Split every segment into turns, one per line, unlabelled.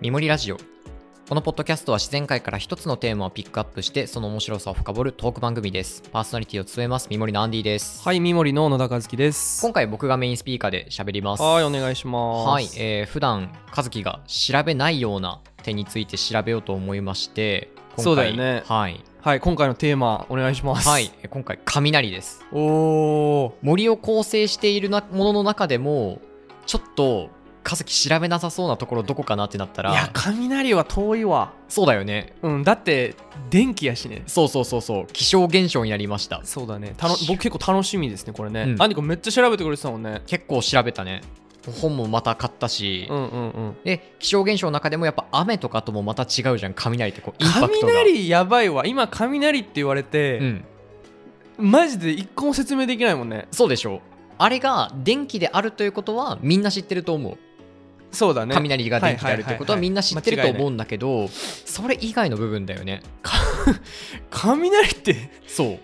みもりラジオこのポッドキャストは自然界から一つのテーマをピックアップしてその面白さを深掘るトーク番組ですパーソナリティを務めますみもりのアンディです、
はい、三森の野田和樹です。
今回僕がメインスピーカーで喋ります
はい、お願いします。
はい、えー、普段和樹が調べないような点について調べようと思いまして今回
そうだよね
はい、
はい、今回のテーマお願いします。
はい、えー今回雷です
おー。
森を構成しているなものの中でもちょっと和樹調べなさそうなところどこかなってなった
いや
ら、
雷は遠いわ。
そうだよね
うん、だって電気やしね。
そうそうそうそう気象現象になりました
そうだね。たの僕結構楽しみですね、これね。
うん
アンディ君めっちゃ調べてくれてたもんね。
結構調べたね本もまた買ったし、
うんうんうん。
で気象現象の中でもやっぱ雨とかともまた違うじゃん雷ってこうインパクトが
雷やばいわ。今雷って言われ
う
て、
ん
マジで一個も説明できないもんね。
そうでしょあれが電気であるということはみんな知ってると思う
そうだね。
雷が電気であるということは
はい
み
はいはいはい
んな知ってると思うんだけどそれ以外の部分だよね
雷って、
そう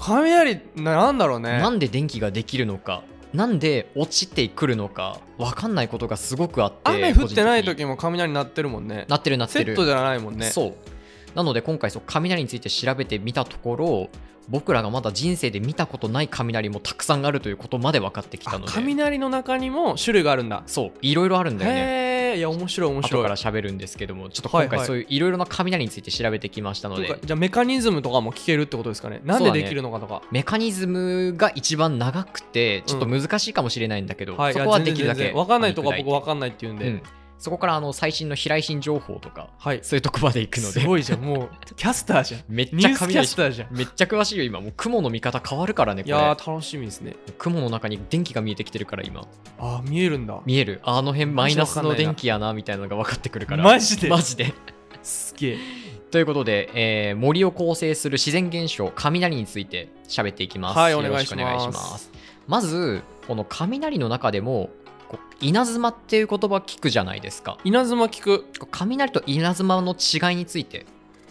雷ななんだろうね。
なんで電気ができるのかなんで落ちてくるのか分かんないことがすごくあって
雨降ってない
個人的に
時も雷鳴ってるもんね。
なってるなっ
セ
てる
ットじゃないもんね。
そうなので今回そう雷について調べてみたところ僕らがまだ人生で見たことない雷もたくさんあるということまで分かってきた
あ
ので
雷の中にも種類があるんだ。
そういろいろあるんだよね
へえ、いや、面白い、面白
後
い。
から喋るんですけどもちょっと今
はいは
回
い
そういういろいろな雷について調べてきましたので、
とかじゃあ、メカニズムとかも聞けるってことですかね。なん
そ
で
うだね
できるのかとか。
メカニズムが一番長くてちょっと難しいかもしれないんだけど、
はい、
そこはい
や
で
全
きる
然
だ
全
け
然わかんないとこは
お聞き
僕
い
わかんないって言うん
ただいて
で。
うんそこからあの最新の飛来新情報とか
はい。
そういうとこまで行くのです
ごいじゃん、もう、キャスターじゃん。
めっ
ニ
ち
ュ
ゃ
ースキャ
雷
スターじゃん。
めっちゃ詳しいよ今もう雲の見方変わるからねこ
い
れ
やー、楽しみですね。
雲の中に電気が見えてきてるから今
あー、見えるんだ。
見えるあの辺マイナスの
マジわかんないな
電気やなみたいなのが分かってくるから
マジで
マジで
すげえ。
ということで、えー森を構成する自然現象雷について喋っていきます
はい
よろしくお願いしますまずこの雷の中でもこう稲妻っていう言葉聞くじゃないですか
稲妻聞く。
こう雷と稲妻の違いについて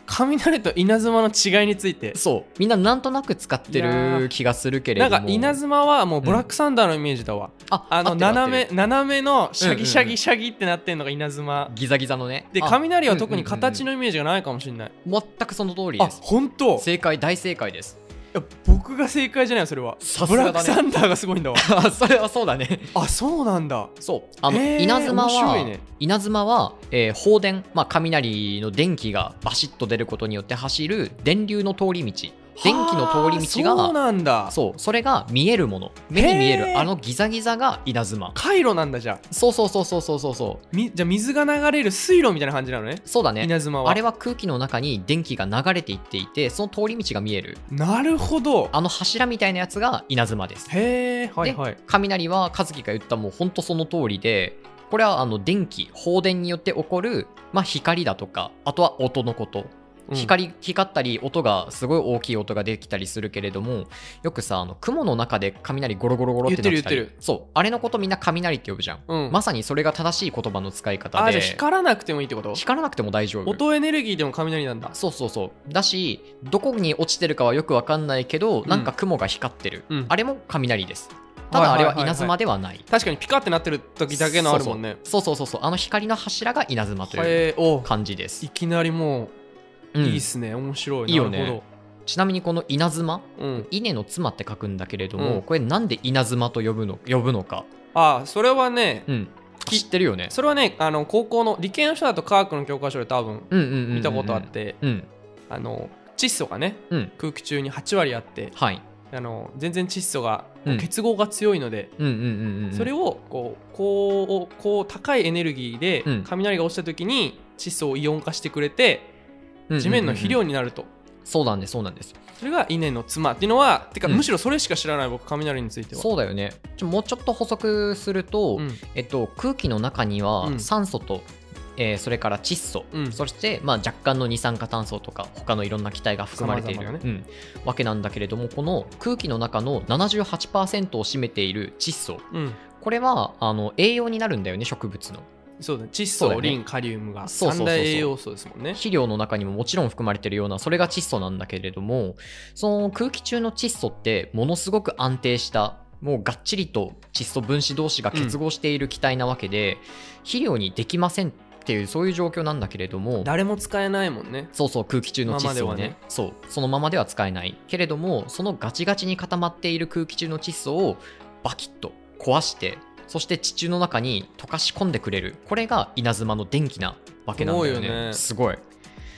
雷と稲妻の違いについて。
そうみんななんとなく使って
いや
る
ー
気がするけれ
な
ど
ん
も
か稲妻はもうブラックサンダーのイメージだわ、
あ
あ
合
の
ってる合ってる
斜め斜めのシャギシャ
うんうんう
ギ
ん
シャギってなってんのが稲妻、
ギザギザのね
で
あ
雷は
うんうん
特
うんう
に
ん
形のイメージがないかもしれない、
全くその通りです
あ本当い
正解大正解です
や僕が正解じゃないよそれは
さす
ブ
がだ
ラ
ね
ックサンダーがすごい んだわ
あそれはそうだね
あそうなんだ
そうあの
へー
稲妻
面白
は、
いね
稲妻は、えー放電、まあ、雷の電気がバシッと出ることによって走る電流の通り道電気の通り道
はあそう
が
なんだ
そうそれが見えるもの目に見え
へ
る
ー
あのギザギザが稲妻
回路なんだじゃあ
そうそうそうそうそうそうそ
みじゃあ水が流れる水路みたいな感じなのね
うそうだね
稲妻は
あれは空気の中に電気が流れていっていてその通り道が見える
なるほど
あの柱みたいなやつが稲妻です
へえはいはい
雷は和樹が言ったもうほんとその通りでこれはあの電気放電によって起こる、まあ、光だとかあとは音のこと、
うん
光光ったり音がすごい大きい音ができたりするけれどもよくさあの雲の中で雷ゴロゴロゴロってなってたり
言ってる言って
そうあれのことみんな雷って呼ぶじゃん、
うん
まさにそれが正しい言葉の使い方で
あじゃあ光らなくてもいいってこと
光らなくても大丈夫
音エネルギーでも雷なんだ
そうそうそうだしどこに落ちてるかはよくわかんないけど、
ん
なんか雲が光ってる、
うん
あれも雷ですただあれは稲妻ではない
確かにピカってなってる時だけのあるもんね
そうそうそうそうそうあの光の柱が稲妻という
へえお
感じです
い、きなりもう
うん
いいっすね面白い
いいよね
なるほ
ちなみにこの稲妻
どうん
稲の妻って書くんだけれども、
うん
これなんで稲妻と呼ぶの呼ぶのか、
あそれはね、
うん、知ってるよね
それはねあの高校の理系の人だと科学の教科書で多分
うんうんうんうんうん
見たことあって、
うん
あの窒素がね
うん
空気中に8割あって
はい
あの全然窒素が
うん
結合が強いので、
うんうんうんうん
それ
を
をこうこうこう高いエネルギーで
うん
雷が落ちた時に窒素をイオン化してくれて地面の肥料になると。
そうなんですそうなんです
それが稲の妻っていうのはてか
うん
むしろそれしか知らない僕雷については。
そうだよねちょもうちょっと補足すると、
うん
えっと、空気の中には
うん
酸素と、えーそれから窒素、
うん
そして、まあ、若干の二酸化炭素とか他のいろんな気体が含まれている、
様々
うんわけなんだけれどもこの空気の中の78%を占めている窒素
うん
これはあの栄養になるんだよね植物の
そうだね窒
そうだ
素、
よね
リン、カリウムが
そうそうそう
三
そう
大栄養素ですもんね。
肥料の中にももちろん含まれているようなそれが窒素なんだけれどもその空気中の窒素ってものすごく安定したもうがっちりと窒素分子同士が結合している気体なわけで、肥料にできませんっていうそういう状況なんだけれども
誰も使えないもんね
そうそう空気中の窒素
ま
を
まで
ね
はね
そうそのままでは使えないけれどもそのガチガチに固まっている空気中の窒素をバキッと壊してそして地中の中に溶かし込んでくれるこれが稲妻の電気なわけなんだよ
すごいよ
ね
ね
すごい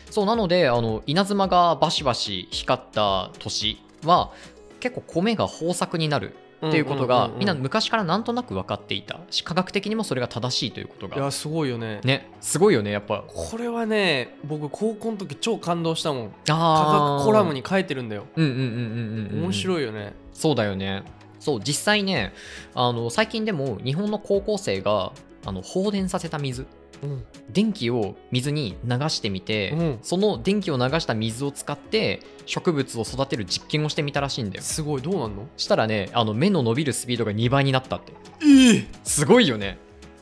そうなのであの稲妻がバシバシ光った年は結構米が豊作になるっていうことが、
んんんん
みんな昔からなんとなく分かっていたし科学的にもそれが正しいということ
い
が
やすごいよね
ねすごいよねやっぱ
これはね僕高校の時超感動したもん科
あ
学コラムに書いてるんだよ
うんうんうんうんうんうん
面
い
白いよね
そうだよねそう実際ねあの最近でも日本の高校生があの放電させた水
うん
電気を水に流してみて、
うん
その電気を流した水を使って植物を育てる実験をしてみたらしいんだよ
すごいどうなんの
したらねあの目の伸びるスピードが2倍になったって
ええ
すごいよね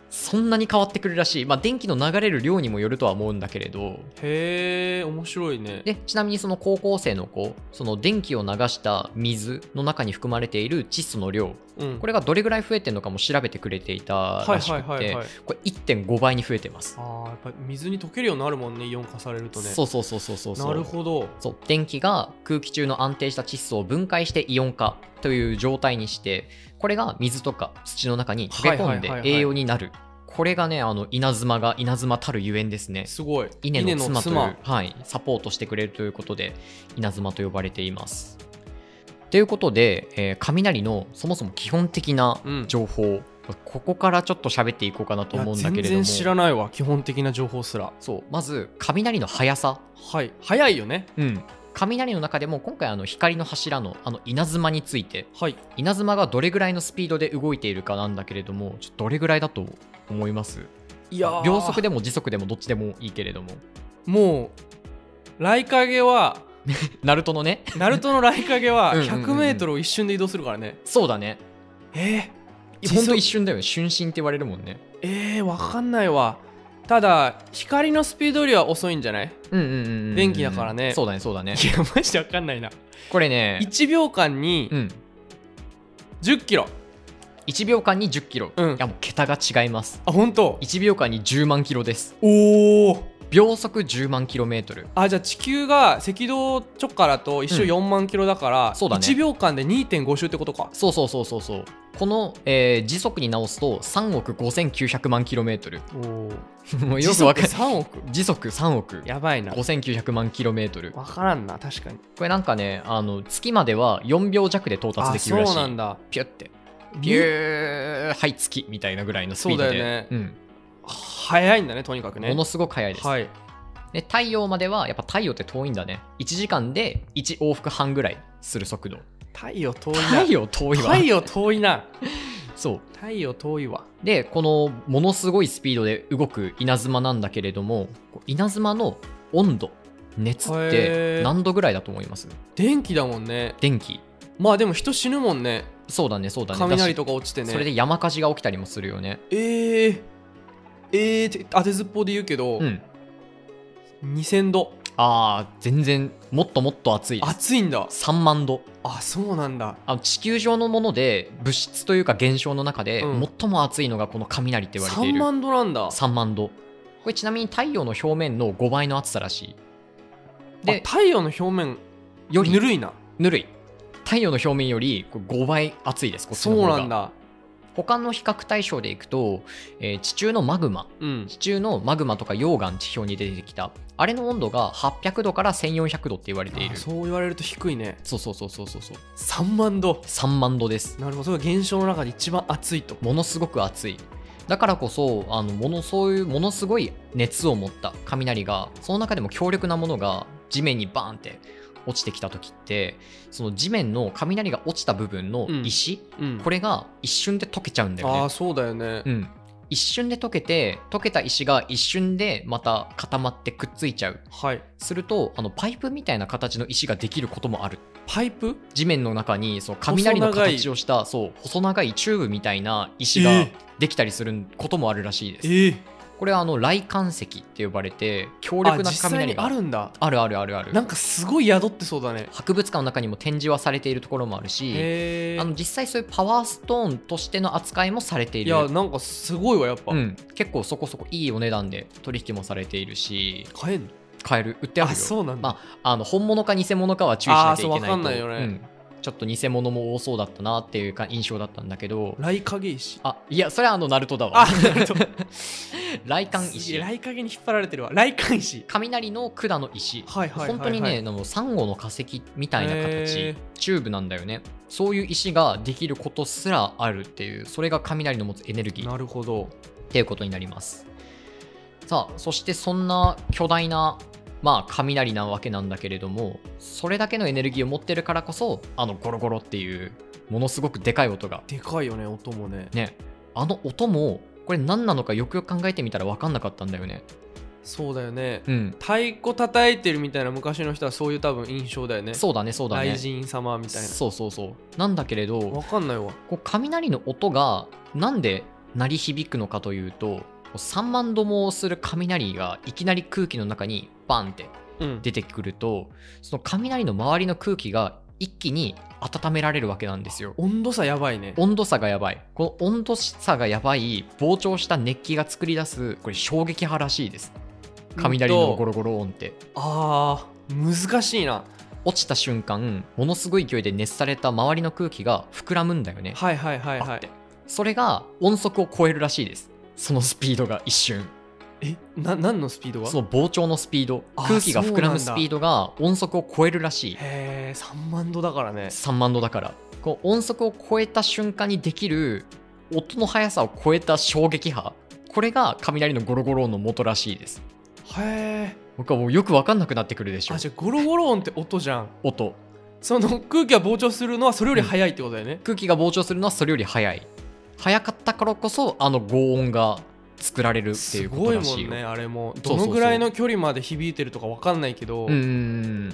そんなに変わってくるらしいまあ電気の流れる量にもよるとは思うんだけれど
へえ面白いね
でちなみにその高校生の子その電気を流した水の中に含まれている窒素の量
うん
これがどれぐらい増えてるのかも調べてくれていた
はい
らし
はい
く
は
て
いはい
これ1.5倍に増えてます、
あーやっぱ水に溶けるようになるもんねイオン化されるとね
そうそうそうそうそうそう
なるほど
そう電気が空気中の安定した窒素を分解してイオン化という状態にしてこれが水とか土の中に溶け込んで
はいはいはいはい
栄養になる、これがねあの稲妻が稲妻たるゆえんですね
すごい
稲の妻という
妻
はい、サポートしてくれるということで稲妻と呼ばれています。ということで、えー雷のそもそも基本的な
うん
情報、ここからちょっと喋っていこうかなと
いや
思うんだ
全
けれど
然知ら
も
ないわ基本的な情報すら
そうまず雷の速さ、
はい早いよね
うん、雷の中でも今回あの光の柱のあの稲妻について
はい
稲妻がどれぐらいのスピードで動いているかなんだけれどもちょっとどれぐらいだと思います
いやー
秒速でも時速でもどっちでもいいけれども
もうライカゲ は
ナルトのね
ナルトのライカゲは
うんうんうんうん
100m を一瞬で移動するからね
そうだね
えー、
ほんと
時
一
速
瞬だよね瞬身って言われるもんね
えー、わかんないわただ光のスピードよりは遅いんじゃない
うんうんうんうんうん
電気だからね
そうだねそうだね
いやマジでわかんないな
これね
1秒間に
うん、
1 0キロ
1秒間に1 0キロ、
うん
いやもう桁が違います
あ本当
1秒間に10万キロです
おお
秒速10万キロメートル
あじゃあ地球が赤道直下だと一周
うん
4万キロだから、
そうだね
1秒間で2.5周ってことか
そうそうそうそうそうこの、えー時速に直すと3億5900万キロメートル
おお
もうよくわかる
3億
時速3億
やばいな
5900万キロメートル
わからんな確かに
これなんかねあの月までは4秒弱で到達できるらしい
あそうなんだ
ピュってピューはい月みたいなぐらいのスピードで
そうだよね
ん
早いんだねとにかくね
ものすごく速いです、
はい
で太陽まではやっぱ太陽って遠いんだね1時間で1往復半ぐらいする速度
太陽遠いな
太陽遠いわ
太陽遠いな
そう
太陽遠いわ
でこのものすごいスピードで動く稲妻なんだけれどもこう稲妻の温度熱っ
へ
て
ー
何度ぐらいだと思います
電気だもんね
電気
まあでも人死ぬもんね
そうだねそうだね
雷とか落ちて
だし
ね
それで山火事が起きたりもするよね
えー、えー、て当てずっぽうで言うけど、
うん
2000度
あー全然もっともっと暑いです
暑いんだ
3万度
あそうなんだ
あの地球上のもので物質というか現象の中で
うん
最も暑いのがこの雷って言われてい
3
る、
万度なんだ
3万度これちなみに太陽の表面の5倍の厚さらしい
で
で
太陽の表面
より
ぬるいな
ぬるい太陽の表面よりこれ5倍厚いですこっち
そ
の
う
方が
なんだ
他の比較対象でいくと、えー地中のマグマ
うん
地中のマグマとか溶岩地表に出てきたあれの温度が800度から1400度って言われてい
あ
る
そう言われると低いね
そうそうそうそうそうそう
3万度
3万度です
なるほどそれが現象の中で一番暑いと
ものすごく暑いだからこそあのものそういうものすごい熱を持った雷がその中でも強力なものが地面にバーンって落ちてきた時ってその地面の雷が落ちた部分の石、
うん
これが一瞬で溶けちゃうんだよ
ああ
ね、
そうだよね、
うん、一瞬で溶けて溶けた石が一瞬でまた固まってくっついちゃう
はい
するとあのパイプみたいな形の石ができることもある
パイプ
地面の中にそう雷の
細長い
形をしたそう細長いチューブみたいな石が
ええ
できたりすることもあるらしいです、
ええ
これはあの雷管石って呼ばれて強力な
あ実際
雷
に
が
あるんだ
あるあるあるある
なんかすごい宿ってそうだね
博物館の中にも展示はされているところもあるし
へえ
あの実際そういうパワーストーンとしての扱いもされてい
い
る
やなんかすごいわやっぱ、
うん、結構そこそこいいお値段で取引もされているし
買えんの
買える売ってあるよ
あそうなんだ、
まあ、あの本物か偽物かは注意しなきゃいけないと
あーそうわかんないよね
うんちょっと偽物も多そうだったなっていうか印象だったんだけど
ライ影石
あいやそれはあのナルトだわ
あなるほど
雷管
すげえ
石
雷影に引っ張られてるわ雷管石
雷の管の石、
はいはいはいはい
本当にねあのサンゴの化石みたいな
へ
形
ー
チューブなんだよねそういう石ができることすらあるっていうそれが雷の持つエネルギー
なるほど
っていうことになりますさあそしてそんな巨大なまあ雷なわけなんだけれどもそれだけのエネルギーを持ってるからこそあのゴロゴロっていうものすごくでかい音が
でかいよね音もね
ねあの音もこれ何なのかよくよく考えてみたら分かんなかったんだよね
そうだよね、
うん
太鼓叩いてるみたいな昔の人はそういう多分印象だよね
そうだねそうだね
雷神様みたいな
そうそうそうなんだけれど
わかんないわ
こう雷の音がなんで鳴り響くのかというとこう3万度もする雷がいきなり空気の中にバンって
うん
出てくるとその雷の周りの空気が一気に温められるわけなんですよ
温度差やばいね
温度差がやばいこの温度差がやばい膨張した熱気が作り出すこれ衝撃波らしいです雷のゴ
ロ
ロゴロ音って
あー難しいな
落ちた瞬間ものすごい勢いで熱された周りの空気が膨らむんだよね
はいはいはい
あ
は
って
い
それが音速を超えるらしいですそのスピードが一瞬
えな何のスピードは
その膨張のスピード
あ
空気が膨らむ
そう
ス
なんだ
ピードが音速を超えるらしい
へえ3万度だからね
3万度だからこう音速を超えた瞬間にできる音の速さを超えた衝撃波これが雷のゴロゴロ音の元らしいです
へえ
僕はもうよく分かんなくなってくるでしょ
あじゃあゴロゴロ音って音じゃん
音
その空気が膨張するのはそれより速いってことだよね、
空気が膨張するのはそれより速い速かったからこそあの轟音が作られるってい
す
うこと
ごい
ら
も
しいよ
んねあれも
そうそう
ど
そう
のぐらいの距離まで響いてるとかわかんないけど
うんうんうん
も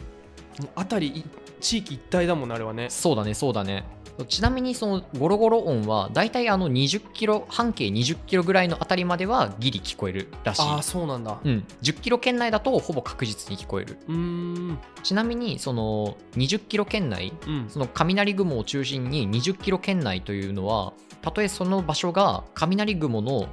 う辺りい地域一体だもんねあれはね
そうだねそうだねちなみにそのゴロゴロ音はだいたいあの20キロ半径20キロぐらいのあたりまではギリ聞こえるらしい
ああそうなんだ
うん、10キロ圏内だとほぼ確実に聞こえる
うーん
ちなみにその20キロ圏内
うん
その雷雲を中心に20キロ圏内というのはたとえその場所が雷雲の、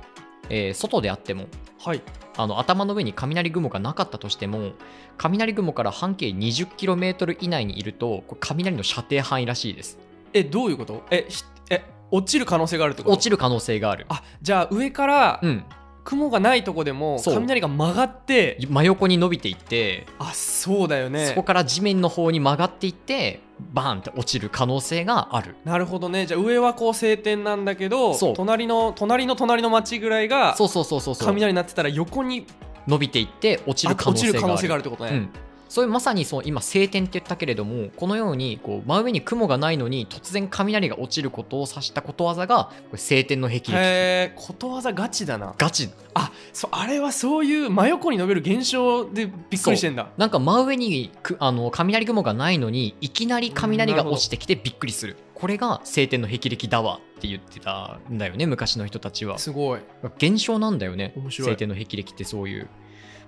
えー外であっても
はい
あの頭の上に雷雲がなかったとしても雷雲から半径20キロメートル以内にいるとこれ雷の射程範囲らしいです
えどういうことえひえ落ちる可能性があるってこと
落ちる可能性がある
あじゃあ上から
うん
雲がないとこでも
そう
雷が曲がって
真横に伸びていって
あそうだよ
そ
ね
こから地面の方に曲がっていってバーンって落ちる可能性がある
なるほどねじゃあ上はこう晴天なんだけど
そう
隣の隣の隣の町ぐらいが
そうそうそうそうそう
雷鳴ってたら横に
伸びていって落ちる
あ
可能
落ち
性
る
が
可
あ
能
る
性があるってことね、
うん、そういうまさにその今晴天って言ったけれどもこのようにこう真上に雲がないのに突然雷が落ちることを指したことわざがこれ晴天の霹靂
へえことわざガチだな
ガチ
あそうあれはそういう真横に伸びる現象でびっくりしてんだ
なんか真上にくあの雷雲がないのにいきなり雷が落ちてきてびっくりするこれが晴天の霹靂だわって言ってたんだよね昔の人たちは
すごい
現象なんだよね
面白い
晴天の霹靂ってそういう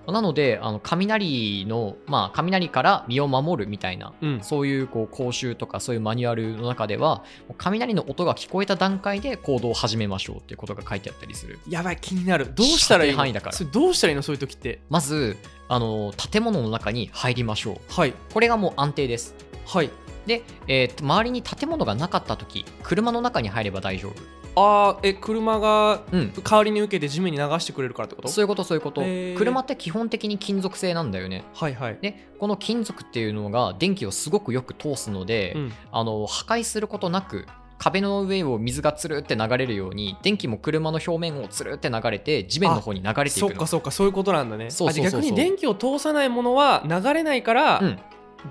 なのであの雷のまあ雷から身を守るみたいな
うん
そういうこう講習とかそういうマニュアルの中では雷の音が聞こえた段階で行動を始めましょうっていうことが書いてあったりする
やばい気になるどうしたらいい
射程
の
範囲だから
それどうしたらいいのそういう時って
まずあの建物の中に入りましょう
はい
これがもう安定です
はい
で、えーと周りに建物がなかった時車の中に入れば大丈夫
あーえ車が
うん
代わりに受けて地面に流してくれるからってこと
そういうことそういうこと
へー
車って基本的に金属製なんだよね
はいはい、
でこの金属っていうのが電気をすごくよく通すので、
うん
あの破壊することなく壁の上を水がつるって流れるように電気も車の表面をつるって流れて地面の方に流れてい
そっ
く
か
の
そっかそういうことなんだね
そうそうそうそう
あじゃあ逆に電気を通さないものは流れないから、
うん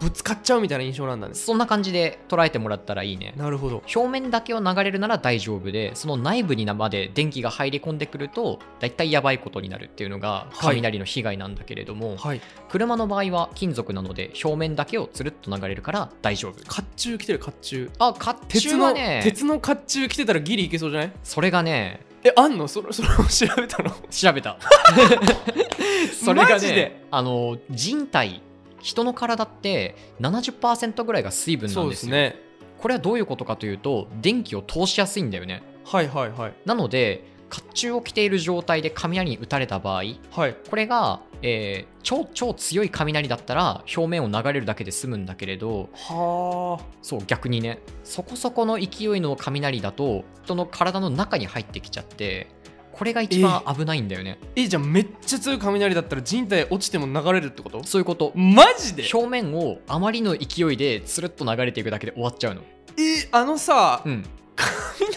ぶつかっちゃうみたいな印象なんだね
そんな感じで捉えてもらったらいいね
なるほど
表面だけを流れるなら大丈夫でその内部にまで電気が入り込んでくるとだいたいやばいことになるっていうのが
はい
雷の被害なんだけれども、
はい
車の場合は金属なので表面だけをつるっと流れるから大丈夫
甲冑来てる甲冑
あ甲
鉄
冑
の
はね
鉄の甲冑着てたらギリいけそうじゃない
それがね
えあんのそれそれを調べたの
調べた それが
マジ
ね
で
あの人体人の体って70%ぐらいが水分なんですよ
ね
これはどういうことかというと電気を通しやすいんだよね
はいはいはい
なので甲冑を着ている状態で雷に打たれた場合
はい
これが、えー超超強い雷だったら表面を流れるだけで済むんだけれど
はあ
そう逆にねそこそこの勢いの雷だと人の体の中に入ってきちゃってこれが一番危ないんだよね、
えじゃあめっちゃ強い雷だったら人体落ちても流れるってこと
そういうこと
マジで
表面をあまりの勢いでつるっと流れていくだけで終わっちゃうの
えあのさ
うん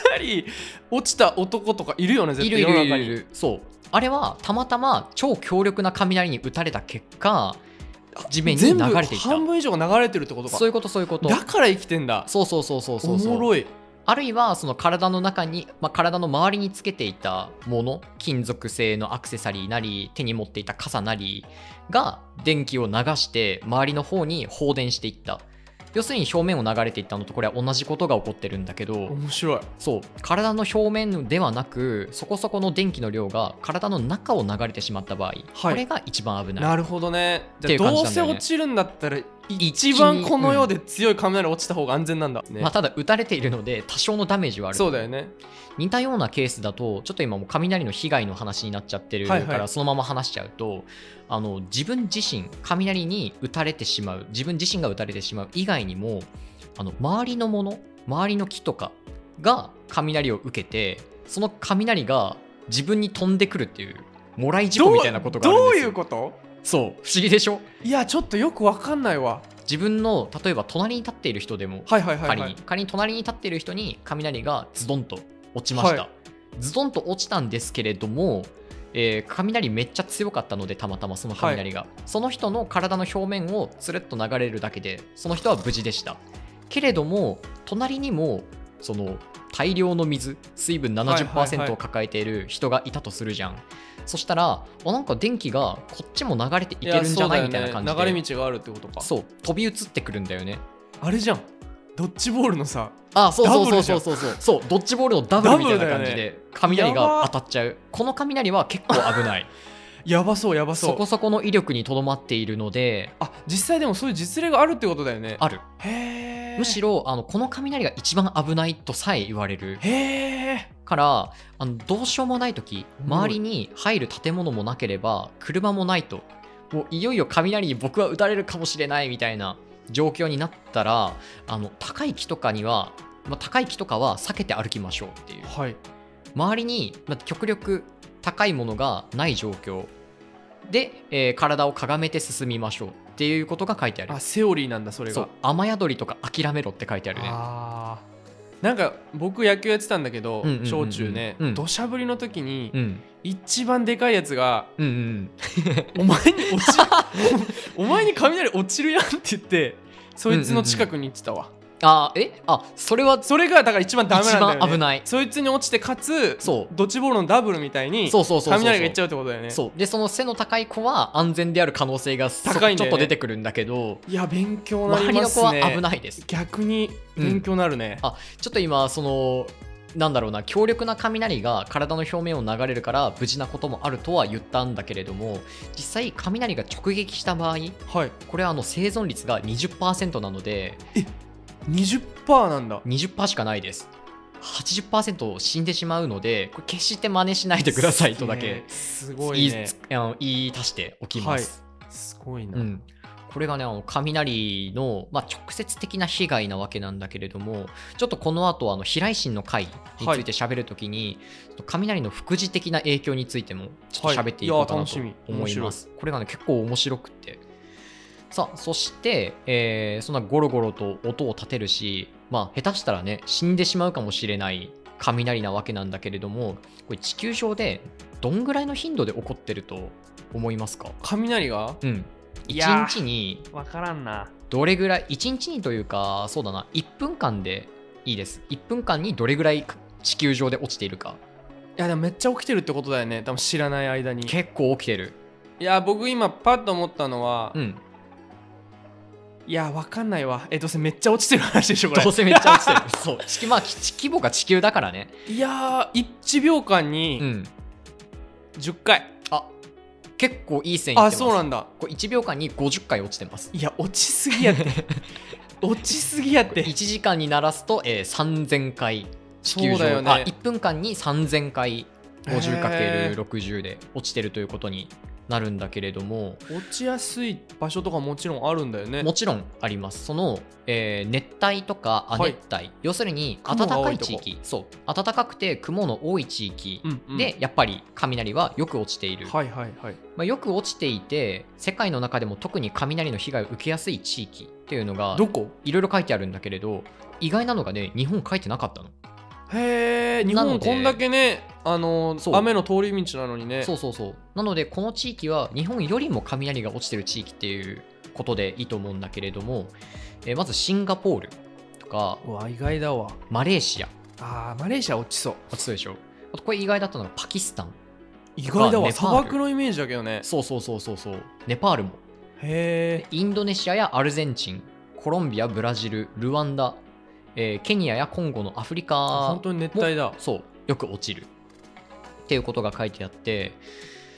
雷落ちた男とかいるよね絶
い
対
るい
世の
る
中
い
に
るいるそうあれはたまたま超強力な雷に打たれた結果地面に流
全部
れていった
半分以上が流れてるってことか
そういうことそういうこと
だから生きてんだ
そうそうそうそうそう
お
そう
もろい
あるいはその体の中に、まあ、体の周りにつけていたもの金属製のアクセサリーなり手に持っていた傘なりが電気を流して周りの方に放電していった要するに表面を流れていったのとこれは同じことが起こってるんだけど
面白い
そう体の表面ではなくそこそこの電気の量が体の中を流れてしまった場合、これが一番危ない
なるほどね
ってい
じ
う
ゃあ
感じ
どう
なんだ
せ
よね
落ちるんだったら
一
一番この世で強い雷落ちた方が安全なんだ、ね
まあ、ただ打たれているので多少のダメージはある
そうだよね
似たようなケースだとちょっと今もう雷の被害の話になっちゃってるか
はいは
ら
い
そのまま話しちゃうと、あの自分自身雷に打たれてしまう自分自身が打たれてしまう以外にもあの周りのもの周りの木とかが雷を受けてその雷が自分に飛んでくるっていうもらい事故みたいなことがあるん
どう
です
い
よ
うこと
そう不思議でしょ
いやちょっとよくわかんないわ
自分の例えば隣に立っている人でも
はいはいはい、
仮
は
に
い、
仮に隣に立っている人に雷がズドンと落ちました、
は
ズドンと落ちたんですけれども、えー雷めっちゃ強かったのでたまたまその雷が、その人の体の表面をつるっと流れるだけでその人は無事でしたけれども隣にもその大量の水水分
はいはいはい
70%を抱えている人がいたとするじゃん、そしたらあなんか電気がこっちも流れていけるんじゃない
や
みたいな
そう
感
だ
じ
よ
で
ね流れ道があるってことか
そう飛び移ってくるんだよね
あれじゃんドッジボールのさ
あそうそうそう
ダブルじ
そ
ゃ
うんそうそうそうドッジボールのダブルみたいな
ダブ
感
ルだ
じ
よ
で雷が当たっちゃうこの雷は結構危ない
やばそうやばそう
そこそこの威力にとどまっているので
あ実際でもそういう実例があるってことだよね
ある
へえ
むし
ろ
ろあのこの雷が一番危ないとさえ言われる
へえ
からあのどうしようもない時
おもろい
周りに入る建物もなければ車もないともういよいよ雷に僕は撃たれるかもしれないみたいな状況になったらあの高い木とかには、まあ、高い木とかは避けて歩きましょうっていう。
はい
周りにまあ極力高いものがない状況で、えー体をかがめて進みましょうっていうことが書いてある
あセオリーなんだそれが
そう雨宿りとか諦めろって書いてあるね
あーなんか僕野球やってたんだけど、
うんうんうんうん
小中ね、
うん
土砂降りの時に
うん
一番でかいやつが
うんうん
「お前に落 ちるおお前に雷落ちるやん」って言ってそいつの近くに行ってたわ、
あーえあそれは
それがだから一番ダメなんだよ、ね、
一番危ない
そいつに落ちてかつ
そう
ドッジボールのダブルみたいに
そうそうそうそう
雷がいっちゃうってことだよね
そうでその背の高い子は安全である可能性がそ
高いん
ち
だ
ょっと
よね
出てくるんだけど
いや勉強にな
周
り
り
ま
の
す
子
ね
は危ないです
逆に勉強になるね、
あちょっと今そのなんだろうな強力な雷が体の表面を流れるから無事なこともあるとは言ったんだけれども実際雷が直撃した場合
はい
これはあの生存率が20%なので
20%なんだ
20%しかないです80%死んでしまうのでこれ決して真似しないでくださいとだけ
す
言
ご
い,、
いね
あの言い足しておきます、
すごいな、
うん、これがねあの雷の、まあ、直接的な被害なわけなんだけれどもちょっとこの後あの飛来心の回について喋るときに、ちょっと雷の副次的な影響についてもちょっと喋っていこうかなと
はいいやー楽しみ
思います、これがね結構面白くってさあそして、えーそんなゴロゴロと音を立てるしまあ下手したらね死んでしまうかもしれない雷なわけなんだけれどもこれ地球上でどんぐらいの頻度で起こってると思いますか
雷が
うん、
いやー
1日に
分からんな
どれぐらい1日にというかそうだな1分間でいいです1分間にどれぐらい地球上で落ちているか
いやでもめっちゃ起きてるってことだよね多分知らない間にい
結構起きてる
や僕今パッと思ったのは、
うん
いやわかんないわえどうせめっちゃ落ちてる話でしょこれ
どうせめっちゃ落ちてる そう地球まあき地規模が地球だからね
いやー1秒間
う
に
ん
10回、
あ結構いい線いって
あ
ます
そうなん
だ
だ
これ1秒間に50回落ちてます
いや落ちすぎ やって落ちすぎやって
1時間にならすと、えー、3000回地球
そうだよ
上、
ね
あ1分間に3000回
へー
50×60 で落ちてるということになるんだけれども
落ちやすい場所とかもちろんあるんだよね
もちろんありますその、えー熱帯とか亜
はい
熱帯、要するに
雲
暖
が多
か
い
い
とこ
地域そう暖かくて雲の多い地域
うんうん
で、やっぱり雷はよく落ちている、
はいはいはい
まあ、よく落ちていて世界の中でも特に雷の被害を受けやすい地域っていうのが
どこ
いろいろ書いてあるんだけれど意外なのがね日本書いてなかったの。
へえ日
なの
本
で
こんだけねあのー
そう
雨の通り道なのにね
そうそうそうなのでこの地域は日本よりも雷が落ちてる地域っていうことでいいと思うんだけれども、えーまずシンガポールとか
うわ意外だわ
マレーシア
あーマレーシア落ちそう
あそうでしょあとこれ意外だったのがパキスタン
意外だわ
ネパー
砂
ル
漠のイメージだけどね
そうそうそうそうそうネパールも
へえ
インドネシアやアルゼンチンコロンビアブラジルルワンダ、えーケニアやコンゴのアフリカ
本当に熱帯だ
そうよく落ちるっていうことが書いてあって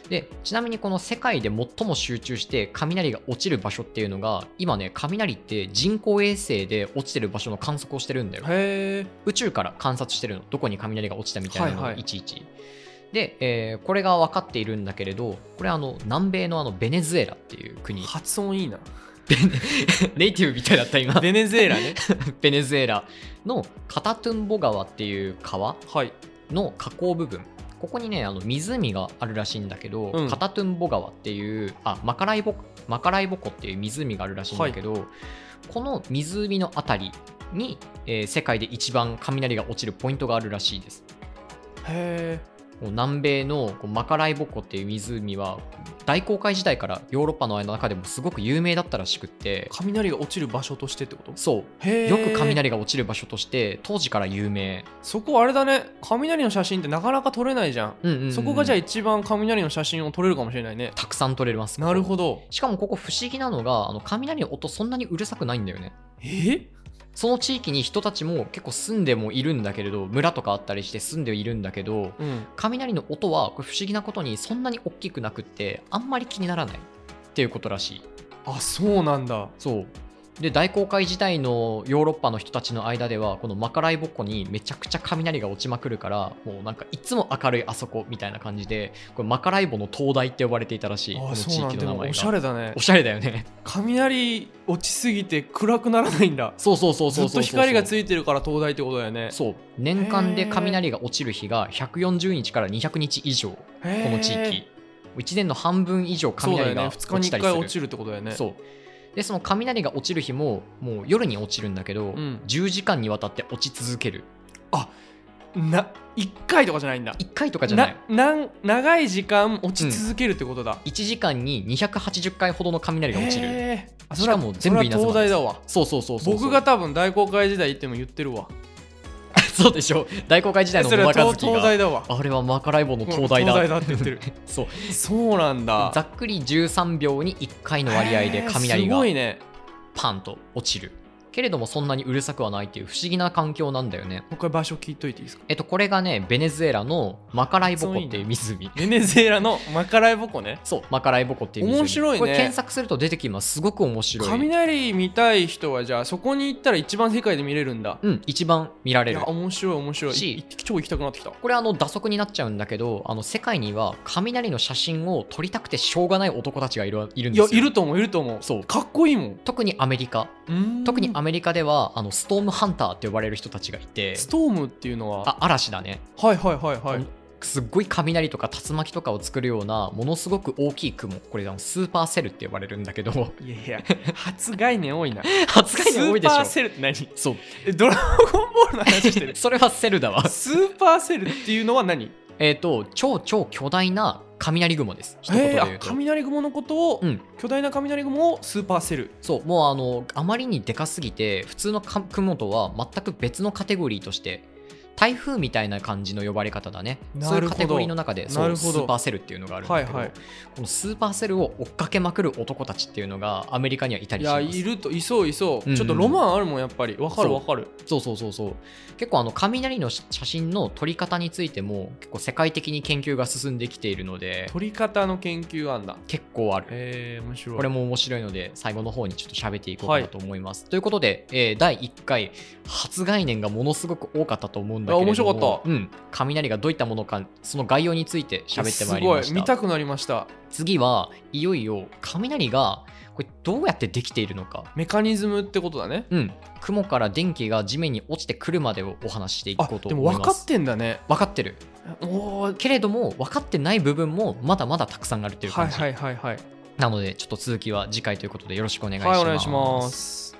でちなみにこの世界で最も集中して雷が落ちる場所っていうのが今ね雷って人工衛星で落ちてる場所の観測をしてるんだよ
へえ
宇宙から観察してるのどこに雷が落ちたみたいなの
は
を
いはい
いちいち、で、えーこれが分かっているんだけれどこれあの南米のあのベネズエラっていう国
発音いいな
ネイティブみたいだった今
ベネズエ ラね
ベネズエラのカタトゥンボ川っていう川
はい
の河口部分ここにねあの湖があるらしいんだけど、
うん
カタトゥンボ川っていうあマカライボマカライボ湖っていう湖があるらしいんだけど、この湖のあたりに、えー世界で一番雷が落ちるポイントがあるらしいです
へえ
もう南米のこうマカライボ湖っていう湖は大航海時代からヨーロッパの中でもすごく有名だったらしくって
雷が落ちる場所としてってこと
そう
へえ
よく雷が落ちる場所として当時から有名、
そこあれだね雷の写真ってなかなか撮れないじゃん、
うんうんうん
そこがじゃあ一番雷の写真を撮れるかもしれないね
たくさん取れます
なるほど
しかもここ不思議なのがあの雷の音そんなにうるさくないんだよね
え
その地域に人たちも結構住んでもいるんだけれど村とかあったりして住んでいるんだけど
うん
雷の音はこれ不思議なことにそんなに大きくなくってあんまり気にならないっていうことらしい
あそうなんだ
そうで大航海時代のヨーロッパの人たちの間ではこのマカライボっ子にめちゃくちゃ雷が落ちまくるからもうなんかいつも明るいあそこみたいな感じでこれマカライボの灯台って呼ばれていたらしいこ
あ
の
そう
地
なん
域
だで
の名
も
前
お
が
しゃれだね
おしゃれだよね
雷落ちすぎて暗くならないんだ
そうそうそう
ず
そう
っ
そ
と
う
光がついてるから灯台ってことだよね
そう年間で雷が落ちる日が140日から200日以上こ
こ
の地域1年の半分以上
そうだ
雷
よね
が
2日
落
に
ちた
1
りす
回
る
落ちるってことだよね
そうでその雷が落ちる日ももう夜に落ちるんだけど、
ん
10時間にわたって落ち続ける
な1回とかじゃないんだ
1回とかじゃない
ななん長い時間落ち続けるってことだ、
1時間に280回ほどの雷が落ちる
へーあ
しかも全部
それは
稲妻
東大だわ
そうそうそうそう
僕が多分大航海時代行っても言ってるわ
そうでしょ大航海時代の
それ
野
は
中
東
月が
東大だわ
あれはマカライボの灯台だ
東大だって言っ てる
そう
そうなんだ
ざっくり13秒に1回の割合で雷
へーす
が
ごいね
パンと落ちるけれどもそんなにうるさくはないっていう不思議な環境なんだよね
もう一回場所聞いといていいですか
えっとこれがねベネズエラのマカライボコっていう湖
ベネズエラのマカライボコね
そうマカライボコっていう湖
面白いね
これ検索すると出てきますすごく面白い
雷見たい人はじゃあそこに行ったら一番世界で見れるんだ
うん一番見ら
い
れる
や面白い面白い
し
い超行きたくなってきた
これあの打足になっちゃうんだけどあの世界には雷の写真を撮りたくてしょうがない男たちがいるいるん
い
です
や
よ
いると思ういると思う
そう
かっこいいもん
特にアメリカ
うーん
特にアメリカではあのストームハンターって呼ばれる人たちがいて
ストームっていうのは
あ嵐だね
はいはいはいは
あ
い
のすっごい雷とか竜巻とかを作るようなものすごく大きい雲これあのスーパーセルって呼ばれるんだけ ど
いやいや初概念多 いな
扱いに多いでし
スーパ
ょ
ーセルって何
そう
えドラゴンボールの話 してる
それはセルだわ
スーパーセルっていうのは何
えっと超超巨大な雷雲です一言で
えー
言
あ
うと、
雷雲のことを、
うん
巨大な雷雲をスーパーセル
そうもうあのあまりにでかすぎて普通のか雲とは全く別のカテゴリーとして台風みたいな感じの呼ばれ方だね
な
そ
るほど
ういうカテゴリーの中でそ
な
う
るほ
ス
ど
ーパーセルっていうのがあるんだけど、
はいはい
このスーパーセルを追っかけまくる男たちっていうのがアメリカにはいた
い
りし
や
ま
い
す
るといそういそう、
うんうん
ちょっとロマンあるもんやっぱりわかる
そう
わかる
そうそうそうそう結構あの雷の写真の撮り方についても結構世界的に研究が進んできているので
取り方の研究あんだ
結構ある
えー、面白い
これも面白いので最後の方にちょっと喋っていこうかなと思います。ということで、えー第1回初概念がものすごく多かったと思うんだけれども
あ面白かった
うん、雷がどういったものかその概要について喋ってまいりまし
す
た
ごい見たくなりました
次はいよいよ雷がこれどうやってできているのか、
メカニズムってことだね
うん、雲から電気が地面に落ちてくるまでをお話ししてい
あ
こうと
で
思
も
い
分
ます。
かってんだね
分かってる
おー
けれども分かってない部分もまだまだたくさんあるという
はい
感じ、
はいはいはい
なのでちょっと続きは次回ということでよろしくお願いします。
はいお願いします